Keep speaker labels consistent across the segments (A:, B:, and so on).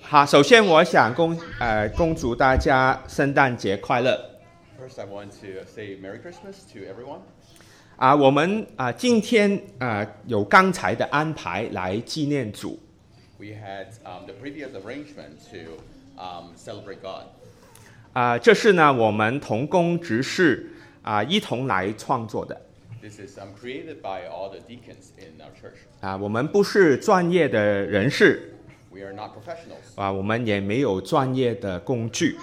A: 好，首先我想恭呃恭祝大家圣诞节快乐
B: First, I want to say Merry Christmas to everyone.
A: 啊！我们啊今天啊有刚才的安排来纪念主
B: We had um, the previous arrangement to um, celebrate God.
A: 啊，这是呢我们童工执事啊一同来创作的
B: This is um, created by all the deacons in our church.
A: 啊，我们不是专业的人士
B: We are not professionals,
A: 啊，我们也没有专业的工具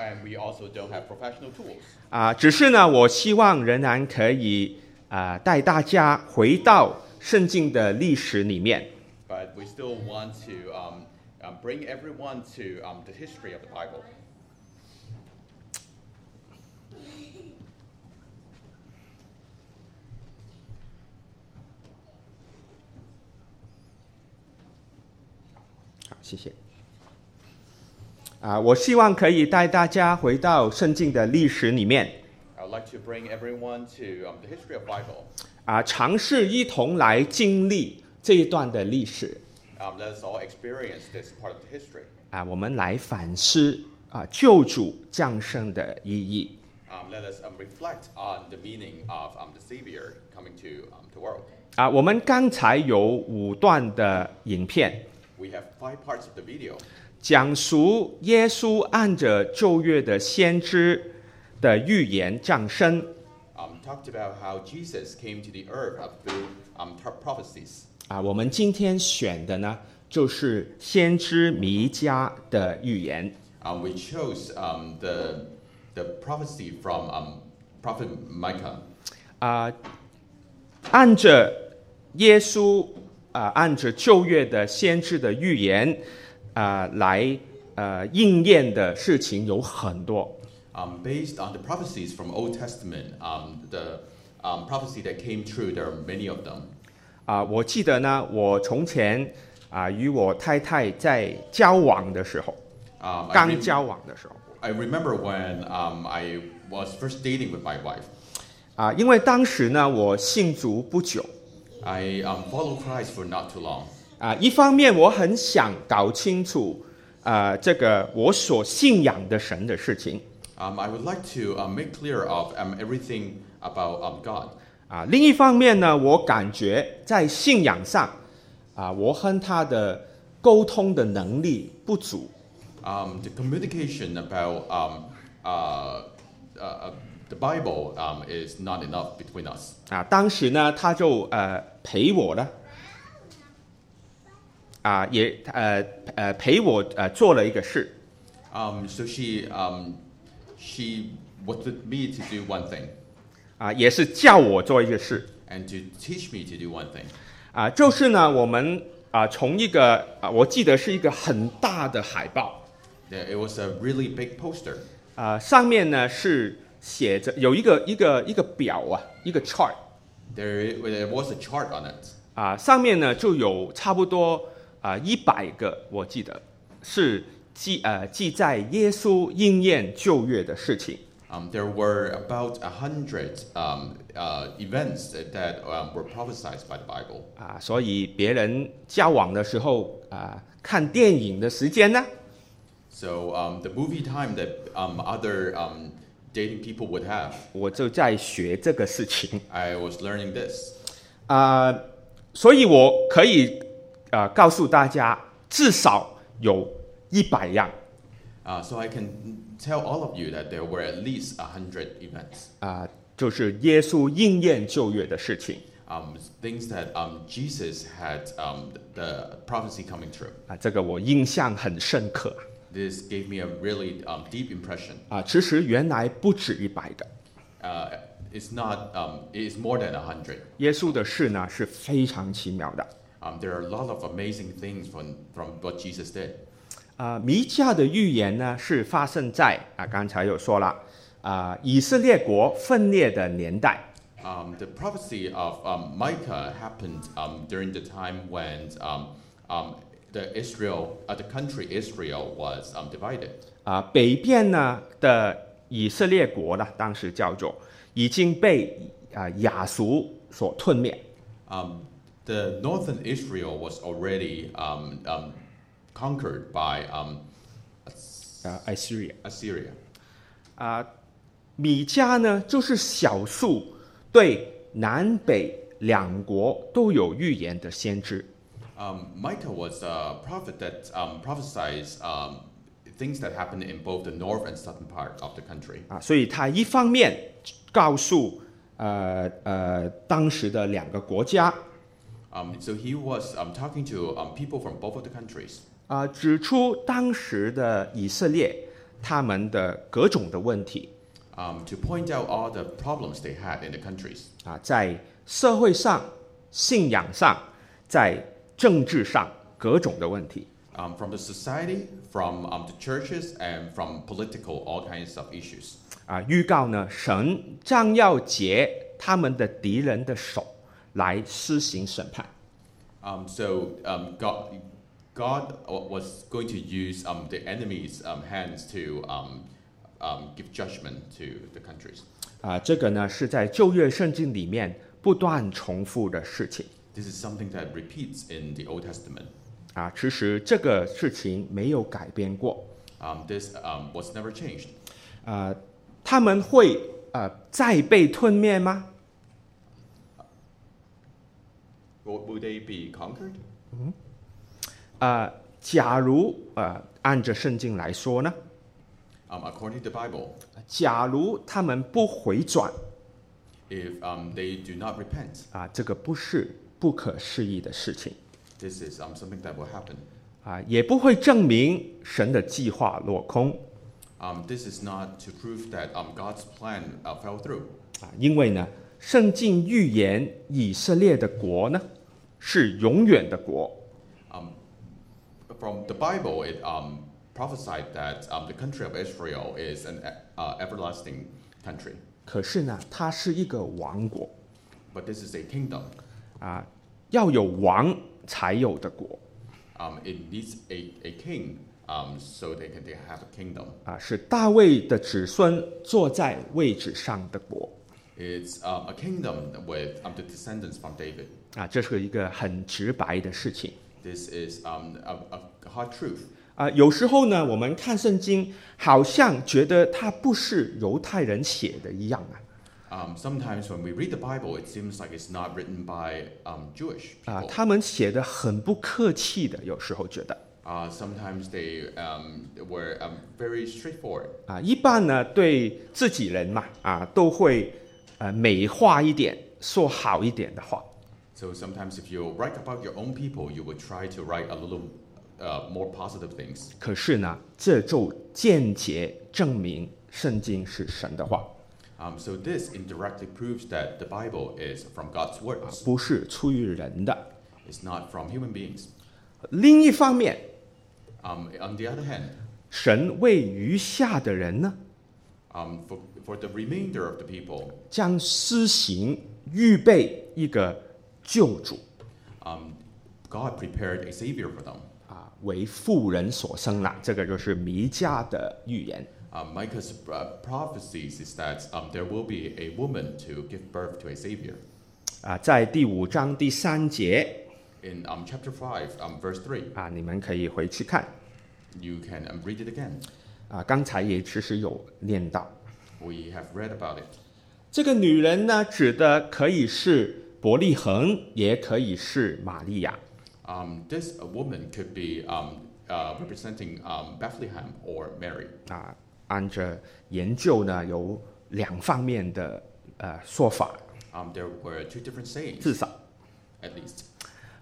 B: and we also don't have professional tools.
A: 啊，只是呢我希望仍然可以啊带大家回到圣经的历史里面。
B: But we still want to um, um, bring everyone to um, the history of the Bible.
A: 好，谢谢。啊，我希望可以带大家回到圣经的历史里面，
B: I would like to bring everyone to um, the history of Bible.
A: 啊，尝试一同来经历这一段的历史，
B: Um, let us all experience this part of the history.
A: 啊，我们来反思啊救主降生的意义。
B: Um, let us um, reflect on the meaning of um, the Savior coming to um, the world.
A: 啊，我们刚才有五段的影片，
B: We have five parts of the video
A: 讲述耶稣按着旧约的先知的预言降生，
B: um, talked about how Jesus came to the earth up through um, t- prophecies.
A: 啊，我们今天选的呢就是先知弥迦的预言。
B: Um, we chose um, the, the prophecy from um, Prophet Micah.
A: 啊，按着耶稣啊、按着旧约的先知的预言啊、来呃应验的事情有很多
B: Um, based on the prophecies from Old Testament, um, the um, prophecy that came true, there are many of them.
A: 啊、我记得呢，我从前啊、与我太太在交往的时候，
B: Um, I,
A: 刚
B: rem-
A: 交往的时候
B: I remember when um, I was first dating with my wife.
A: 啊、因为当时呢我信主不久
B: I um, followed Christ for not too long.
A: 啊、一方面我很想搞清楚啊、这个我所信仰的神的事情。
B: Um, I would like to um, make clear of um, everything about um, God.
A: 啊，另一方面呢，我感觉在信仰上，啊，我和他的沟通的能力不足，
B: Um, the communication about um, uh, uh, uh, the Bible um, is not enough between us.
A: 啊，当时呢，他就呃陪我呢，啊，也呃呃陪我呃做了一个事，
B: Um, so she um, she wanted me to do one thing
A: 啊，也是叫我做一个事，
B: and to teach me to do one thing.
A: 啊，就是呢，我们啊从一个啊，我记得是一个很大的海报，
B: There- It was a really big poster.
A: 啊，上面呢是写着有一个一个一个表啊，一个 chart。
B: There, i- there was a chart on it.
A: 啊，上面呢就有差不多啊一百个，我记得是记呃记载耶稣应验旧约的事情
B: Um, there were about a hundred um, uh, events that, that um, were prophesied by the Bible.
A: 啊，所以别人交往的时候啊，看电影的时间呢
B: So um, the movie time that um, other um, dating people would have,
A: 我就在学这个事情
B: I was learning this.
A: 啊，所以我可以啊告诉大家，至少有一百样
B: Uh, so I can tell all of you that there were at least a hundred events,
A: 啊，就是耶稣应验旧约的事情
B: um, things that um, Jesus had um, the prophecy coming true.
A: 啊，这个我印象很深刻。
B: This gave me a really um, deep impression.
A: 啊，其实原来不止一百个。
B: Uh, it's not. Um, it is more than a hundred.
A: 耶稣的事呢是非常奇妙的。
B: Um, there are a lot of amazing things from from what Jesus did.
A: 啊、弥迦的预言呢是发生在啊，刚才有说了啊、以色列国分裂的年代
B: Um, the prophecy of um, Micah happened um, during the time when um, um, the Israel, uh, the country Israel was um, divided.
A: 啊、北边呢的以色列国呢，当时叫做已经被啊、亚述所吞灭
B: Um, the northern Israel was already um, um, conquered by um,
A: 啊，Assyria。
B: Assyria.
A: 米迦呢，就是少数对南北两国都有预言的先知。
B: Um, Micah was a prophet that um, prophesies um, things that happen in both the north and southern part of the country.
A: 啊，所以他一方面告诉呃呃当时的两个国家
B: Um, so he was um, talking to um, people from both of the countries.
A: 啊、指出当时的以色列他们的各种的问题
B: um, to point out all the problems they had in the countries
A: 啊，在社会上、信仰上、在政治上各种的问题
B: um, from the society, from um, the churches, and from political, all kinds of issues.
A: 啊，预告呢，神将要解他们的敌人的手来施行审判。
B: Um, so um, God, God wa- was going to use um, the enemy's um, hands to um, um, give judgment to the countries.
A: 啊，这个呢是在旧约圣经里面不断重复的事情
B: This is something that repeats in the Old Testament.
A: 啊。其实这个事情没有改变过
B: Um, this um, was never changed.
A: 啊。他们会呃再被吞灭吗？
B: Will, will they be conquered?
A: 啊，假如呃按着圣经来说呢，
B: Um, according to the Bible,
A: 假如他们不回转
B: if um, they do not repent,
A: 啊，这个不是不可思议的事情
B: this is um, something that will happen.
A: 啊，也不会证明神的计划落空
B: Um, this is not to prove that um, God's plan uh, fell through,
A: 啊，因为呢，圣经预言以色列的国呢是永远的国。
B: from the Bible, it um, prophesied that um, the country of Israel is an e- uh, everlasting country,
A: 可是呢，它是一个王国
B: but this is a kingdom.
A: 啊，要有王才有的国
B: Um, it needs a, a king um, so they can they have a kingdom.
A: 啊，是大卫的子孙坐在位置上的国
B: It's um, a kingdom with um, the descendants from David.
A: 啊，这是一个很直白的事情
B: This is um, a, a hard truth.
A: 啊。有时候呢，我们看圣经，好像觉得它不是犹太人写的一样啊
B: Um, sometimes when we read the Bible, it seems like it's not written by um, Jewish
A: 啊，
B: people.
A: 他们写的很不客气的，有时候觉得
B: Uh, sometimes they um, were um, very straightforward.
A: 啊，一般呢对自己人嘛啊，都会呃美化一点，说好一点的话。
B: So sometimes if you write about your own people, you would try to write a little uh, more positive things.
A: 可是呢，这就间接证明圣经是神的话，
B: Um, so this indirectly proves that the Bible is from
A: 啊
B: God's words.
A: 不是出于人的。
B: It's not from human beings.
A: 另一方面，
B: Um, on the other hand,
A: 神为余下的人呢，
B: um, for, for the remainder of the people,
A: 将施行预备一个救主
B: um, God prepared a savior for them.
A: 啊，为妇人所生啦。这个就是弥迦的预言
B: Um, Micah's uh, prophecies is that um, there will be a woman to give birth to a savior.
A: 啊，在第五章第三节
B: In um, chapter 5, um, verse 3,
A: 啊，你们可以回去看
B: you can um, read it again.
A: 啊，刚才也其实有念到。
B: We have read about it.
A: 这个女人呢，指的可以是伯利恒，也可以是玛利亚
B: Um, this woman could be um, uh, representing um, Bethlehem or Mary.
A: 啊。按着研究呢，有两方面的呃说法，
B: Um, there were two different sayings,
A: 至少
B: at least.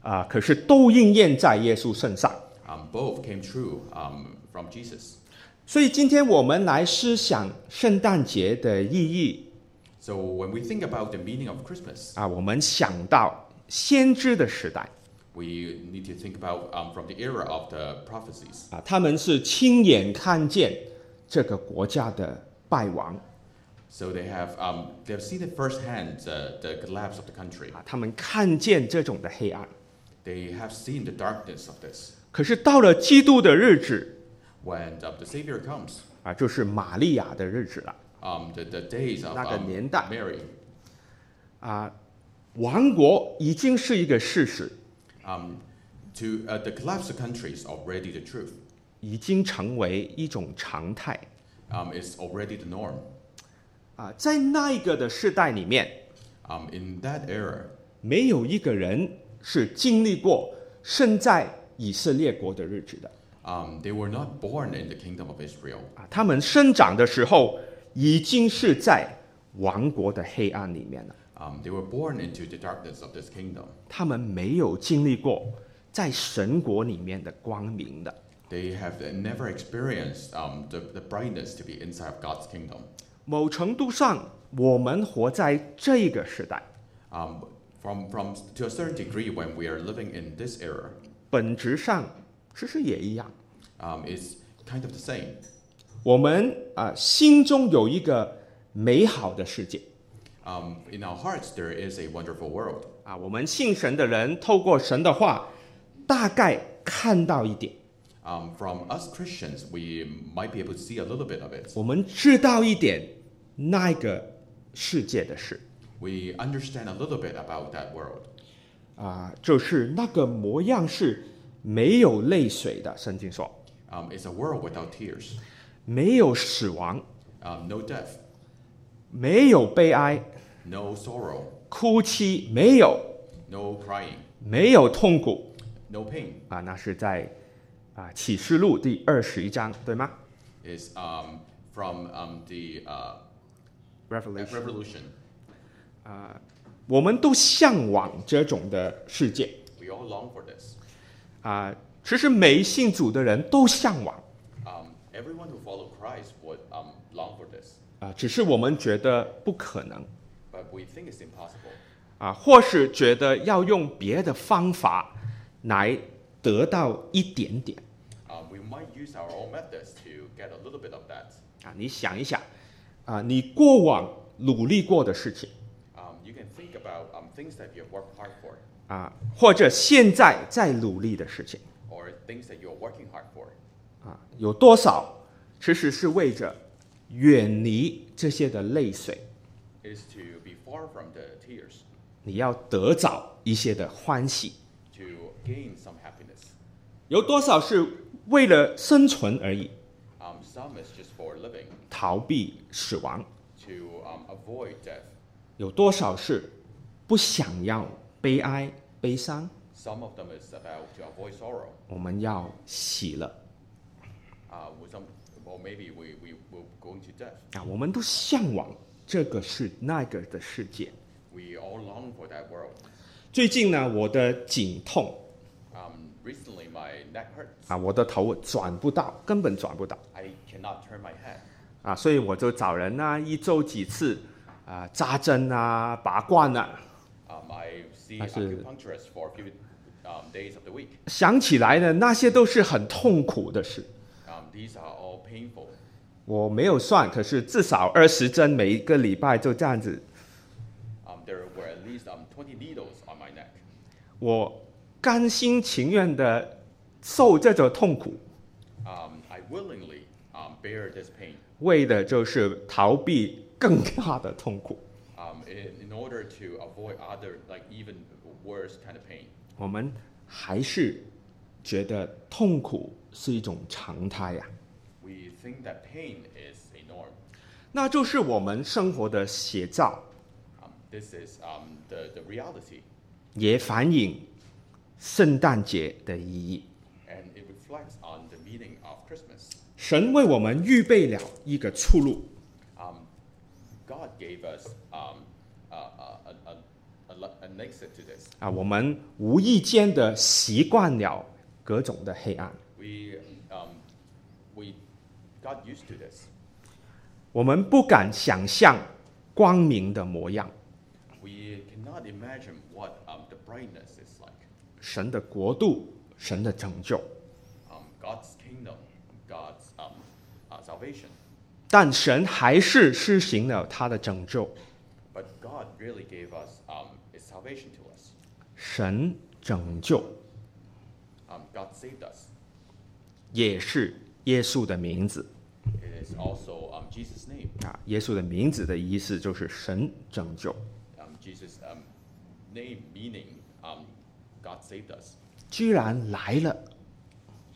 A: 啊、可是都应验在耶稣身上。
B: Um, both came true um, from Jesus.
A: 所以今天我们来思想圣诞节的意义
B: So when we think about the meaning of Christmas,
A: 啊，我们想到先知的时代
B: we need to think about um, from the era of the prophecies.
A: 啊，他们是亲眼看见这个国家的败亡
B: So they have um, they've seen it firsthand uh, the collapse of the country.
A: 啊，他们看见这种的黑暗。
B: They have seen the darkness of this.
A: 可是到了基督的日子，
B: When um, the Savior comes,
A: 啊，就是玛利亚的日子了
B: um, the, the days of um,
A: 那个年代。
B: Mary,
A: 啊，亡国已经是一个事实
B: um, to uh, the collapse of country is already the truth.
A: 已经成为一种常态
B: Um, it's already the norm.
A: 啊。在那一个的时代里面，
B: Um, in that era,
A: 没有一个人是经历过身在以色列国的日子的
B: um, they were not born in the kingdom of Israel.
A: 啊。他们生长的时候，已经是在王国的黑暗里面了。
B: Um, they were born into the darkness of this kingdom.
A: 他们没有经历过在神国里面的光明的。
B: They have never experienced um, the, the brightness to be inside of God's kingdom.
A: 某程度上，我们活在这个时代，
B: Um, from, from to a certain degree, when we are living in this era,
A: 本质上其实也一样。
B: um, it's kind of the same.
A: 我们啊、呃心中有一个美好的世界
B: Um, in our hearts, there is a wonderful world.
A: 啊，我们信神的人透过神的话，大概看到一点，
B: Um, from us Christians, we might be able to see a little bit of it.
A: 我们知道一点那个世界的事
B: We understand a little bit about that world.
A: 啊，就是那个模样是没有泪水的。圣经说，
B: Um, it's a world without tears,
A: 没有死亡，
B: um, no death,
A: 没有悲哀，
B: no sorrow,
A: 哭泣没有，
B: no crying,
A: 没有痛苦
B: no pain.
A: 啊，那是在啊启示录第二十一章对吗
B: It's um, from um, the uh,
A: ？Revelation。
B: revolution.
A: 我们都向往这种的世界
B: We all long for this.
A: 啊、其实每信主的人都向往
B: Um, everyone who followed Christ would um, long for this,
A: 啊、只是我们觉得不可能
B: but we think it's impossible.
A: 啊、或是觉得要用别的方法来得到一点点
B: Um, we might use our own methods to get a little bit of that.
A: 啊、你想一想啊、你过往努力过的事情
B: Um, you can think about um, things that you have worked hard for,
A: 啊、或者现在在努力的事情
B: or things that you are working hard for.
A: 啊、有多少其实是为着远离这些的泪水，
B: It is to be far from the tears,
A: 你要得着一些的欢喜。
B: to gain some happiness.
A: 有多少是为了生存而已，
B: Um, some is just for living,
A: 逃避死亡；
B: to um, avoid death.
A: 有多少是不想要悲哀、悲伤，
B: Some of them is about to avoid sorrow.
A: 我们要喜乐
B: Uh, with some, well, maybe we, we will going to death.
A: 啊！我们都向往这个是那个的世界。
B: We all long for that world.
A: 最近呢，我的颈痛
B: Um, recently, my neck hurts.
A: 啊，我的头转不到，根本转不到
B: I cannot turn my head.
A: 啊，所以我就找人呢、一周几次啊扎针啊、拔罐啊。
B: Um, I see
A: I see.
B: acupuncturist for a few um, days of the week.
A: 想起来呢，那些都是很痛苦的事。
B: Um, these are all painful.
A: 我没有算，可是至少二十针，每一个礼拜就这样子。
B: Um, there were at least um, 20 needles on my neck.
A: 我甘心情愿的受这种痛苦，
B: Um, I willingly um, bear this pain
A: 为的就是逃避更大的痛苦。
B: um, in, in order to avoid other, like even worse kind of pain.
A: 我们还是觉得痛苦是一种常态啊呀、
B: We think that pain is a norm.
A: 那就是我们生活的写照，
B: Um, this is um, the, the reality,
A: 也反映圣诞节的意义。
B: and it reflects on the meaning of Christmas.
A: 神为我们预备了一个出路，
B: Um, God gave us um, a, a, a, a, a- an exit to this.
A: 啊，我们无意间的习惯了各种的黑暗，
B: We, um, we got used to this.
A: 我们不敢想象光明的模样，
B: We cannot imagine what um, the brightness is like.
A: 神的国度，神的拯救。
B: Um, God's kingdom, God's um, uh, salvation.
A: 但神还是施行了他的拯救，
B: But God really gave us um, His salvation to us.
A: 神拯救
B: Um, God saved us.
A: 也是耶稣的名字
B: It is also um, Jesus' name.
A: 啊，耶稣的名字的意思就是神拯救，
B: Um, Jesus' um, name meaning um, God saved us.
A: 居然来了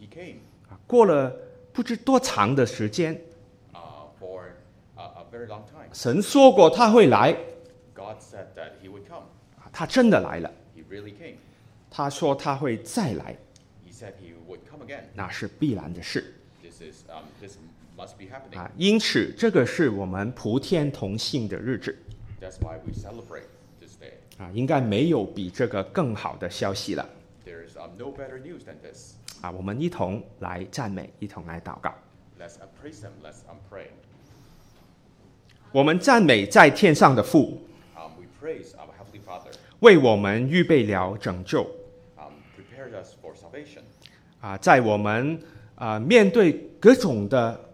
B: He came
A: 啊！过了不知多长的时间，
B: uh, for a, a very long time.
A: 神说过他会来，
B: God said that He would come.
A: 啊他真的来了。
B: He really came.
A: 他说他会再来，
B: He said He would come again.
A: 那是必然的事
B: This is um, this must be happening.
A: 啊！因此，这个是我们普天同庆的日子
B: That's why we celebrate this day.
A: 啊！应该没有比这个更好的消息了
B: There's um, no better news than this.
A: 啊！我们一同来赞美，一同来祷告。
B: Let's um, praise Him. Let's um, pray.
A: 我们赞美在天上的父，
B: Um, we praise our Heavenly Father.
A: 为我们预备了拯救
B: Um, prepared us for salvation.
A: 啊！在我们啊、面对各种的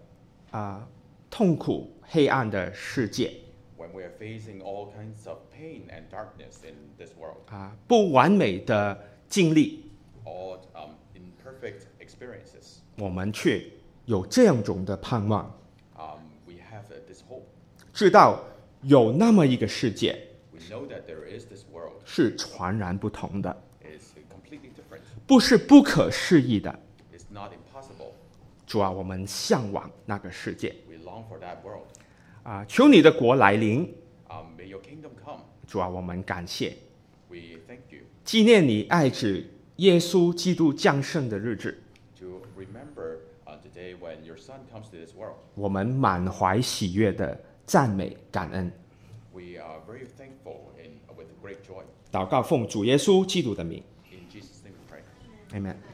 A: 啊、痛苦、黑暗的世界
B: When we are facing all kinds of pain and darkness in this world,
A: 啊、不完美的经历，
B: all um, imperfect experiences,
A: 我们却有这样种的盼望。
B: um, we have uh, this hope.
A: 知道有那么一个世界
B: We know that there is this world.
A: 是全然不同的，
B: It's completely different.
A: 不是不可思议的。
B: It's not impossible.
A: 主啊，我们向往那个世界
B: We long for that world.
A: 啊！求你的国来临，
B: Um, may your kingdom come.
A: 主啊，我们感谢，
B: We thank you.
A: 纪念你爱子耶稣基督降生的日子，
B: to remember uh, the day when your son comes to this world.
A: 我们满怀喜悦的赞美感恩，
B: We are very thankful and with great joy.
A: 祷告奉主耶稣基督的名
B: In Jesus' name we pray.
A: ，Amen。